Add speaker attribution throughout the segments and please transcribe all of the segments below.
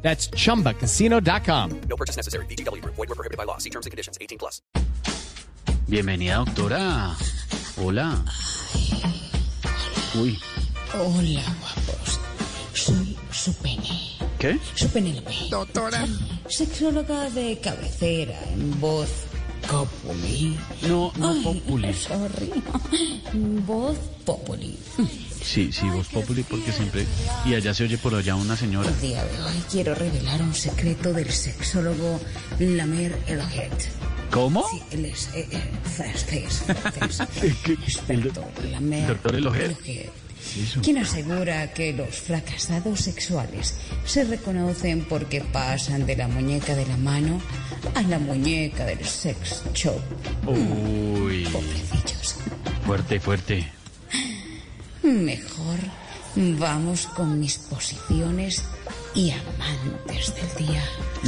Speaker 1: That's chumbacasino.com.
Speaker 2: No purchase necessary. BGW. Void were prohibited by law. See terms and conditions. 18 plus.
Speaker 3: Bienvenida, doctora. Hola. Uy,
Speaker 4: Hola, guapos. Soy su pene.
Speaker 3: ¿qué?
Speaker 4: Su Penélope. Doctora. Sexóloga de cabecera en voz Copuli.
Speaker 3: No, no,
Speaker 4: Ay,
Speaker 3: Populi.
Speaker 4: Sorry. Voz Populi.
Speaker 3: Sí, sí, vos Populi, porque siempre. Y allá se oye por allá una señora.
Speaker 4: El día de hoy quiero revelar un secreto del sexólogo Lamer Eloget.
Speaker 3: ¿Cómo?
Speaker 4: Sí, él es eh, eh, francés, francés.
Speaker 3: ¿Qué?
Speaker 4: experto, Lamer
Speaker 3: doctor Eloget. eso?
Speaker 4: Quien asegura que los fracasados sexuales se reconocen porque pasan de la muñeca de la mano a la muñeca del sex shop.
Speaker 3: Uy,
Speaker 4: Pobrecillos.
Speaker 3: fuerte, fuerte.
Speaker 4: Mejor vamos con mis posiciones y amantes del día.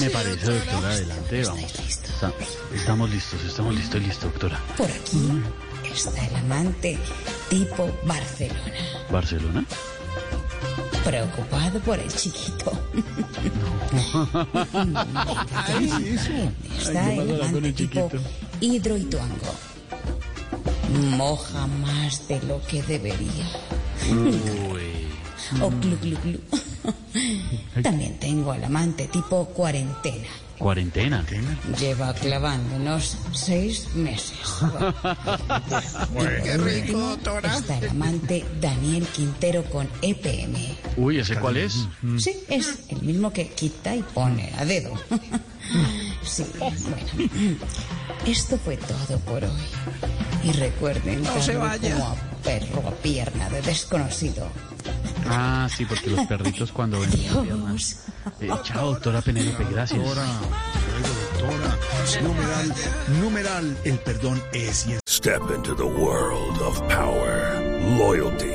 Speaker 3: Me parece, doctora, adelante, vamos.
Speaker 4: ¿Estáis listos?
Speaker 3: Está- estamos listos, estamos listos, listo, doctora.
Speaker 4: Por aquí
Speaker 3: Mm.
Speaker 4: está el amante tipo Barcelona,
Speaker 3: ¿Barcelona?
Speaker 4: preocupado por el chiquito.
Speaker 3: Ay, ¿qué pasará
Speaker 4: Está el
Speaker 3: con
Speaker 4: amante
Speaker 3: el
Speaker 4: tipo
Speaker 3: chiquito?
Speaker 4: Hidro y Tuango. Moja más de lo que debería.
Speaker 3: Uy.
Speaker 4: O
Speaker 3: Mm.
Speaker 4: glu glu glu. También tengo al amante tipo cuarentena.
Speaker 3: Cuarentena.
Speaker 4: Lleva clavándonos seis meses. ¡Qué rico, doctora! Está el amante Daniel Quintero con E EPM.
Speaker 3: Uy, ¿ese cuál es?
Speaker 4: Sí, es el mismo que quita y pone a dedo. Sí, bueno. Esto fue todo por hoy. Y recuerden que se como a perro a pierna de desconocido.
Speaker 3: Ah, sí, porque los perritos cuando ven.
Speaker 4: Dios.
Speaker 3: Eh, chao, doctora Penélope, gracias.
Speaker 5: Doctora, numeral, numeral, el perdón es y es.
Speaker 6: Step into the world of power, loyalty,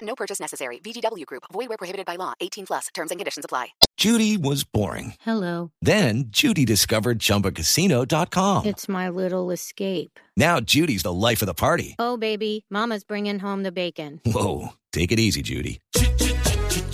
Speaker 7: No purchase necessary. VGW Group. Void where prohibited by law. 18 plus. Terms and conditions apply.
Speaker 8: Judy was boring.
Speaker 9: Hello,
Speaker 8: Then Judy discovered ChumbaCasino.com.
Speaker 9: it's my little escape.
Speaker 8: Now Judy's the life of the party.
Speaker 9: Oh, baby, Mama's bringing home the bacon.
Speaker 8: Whoa, take it easy, Judy.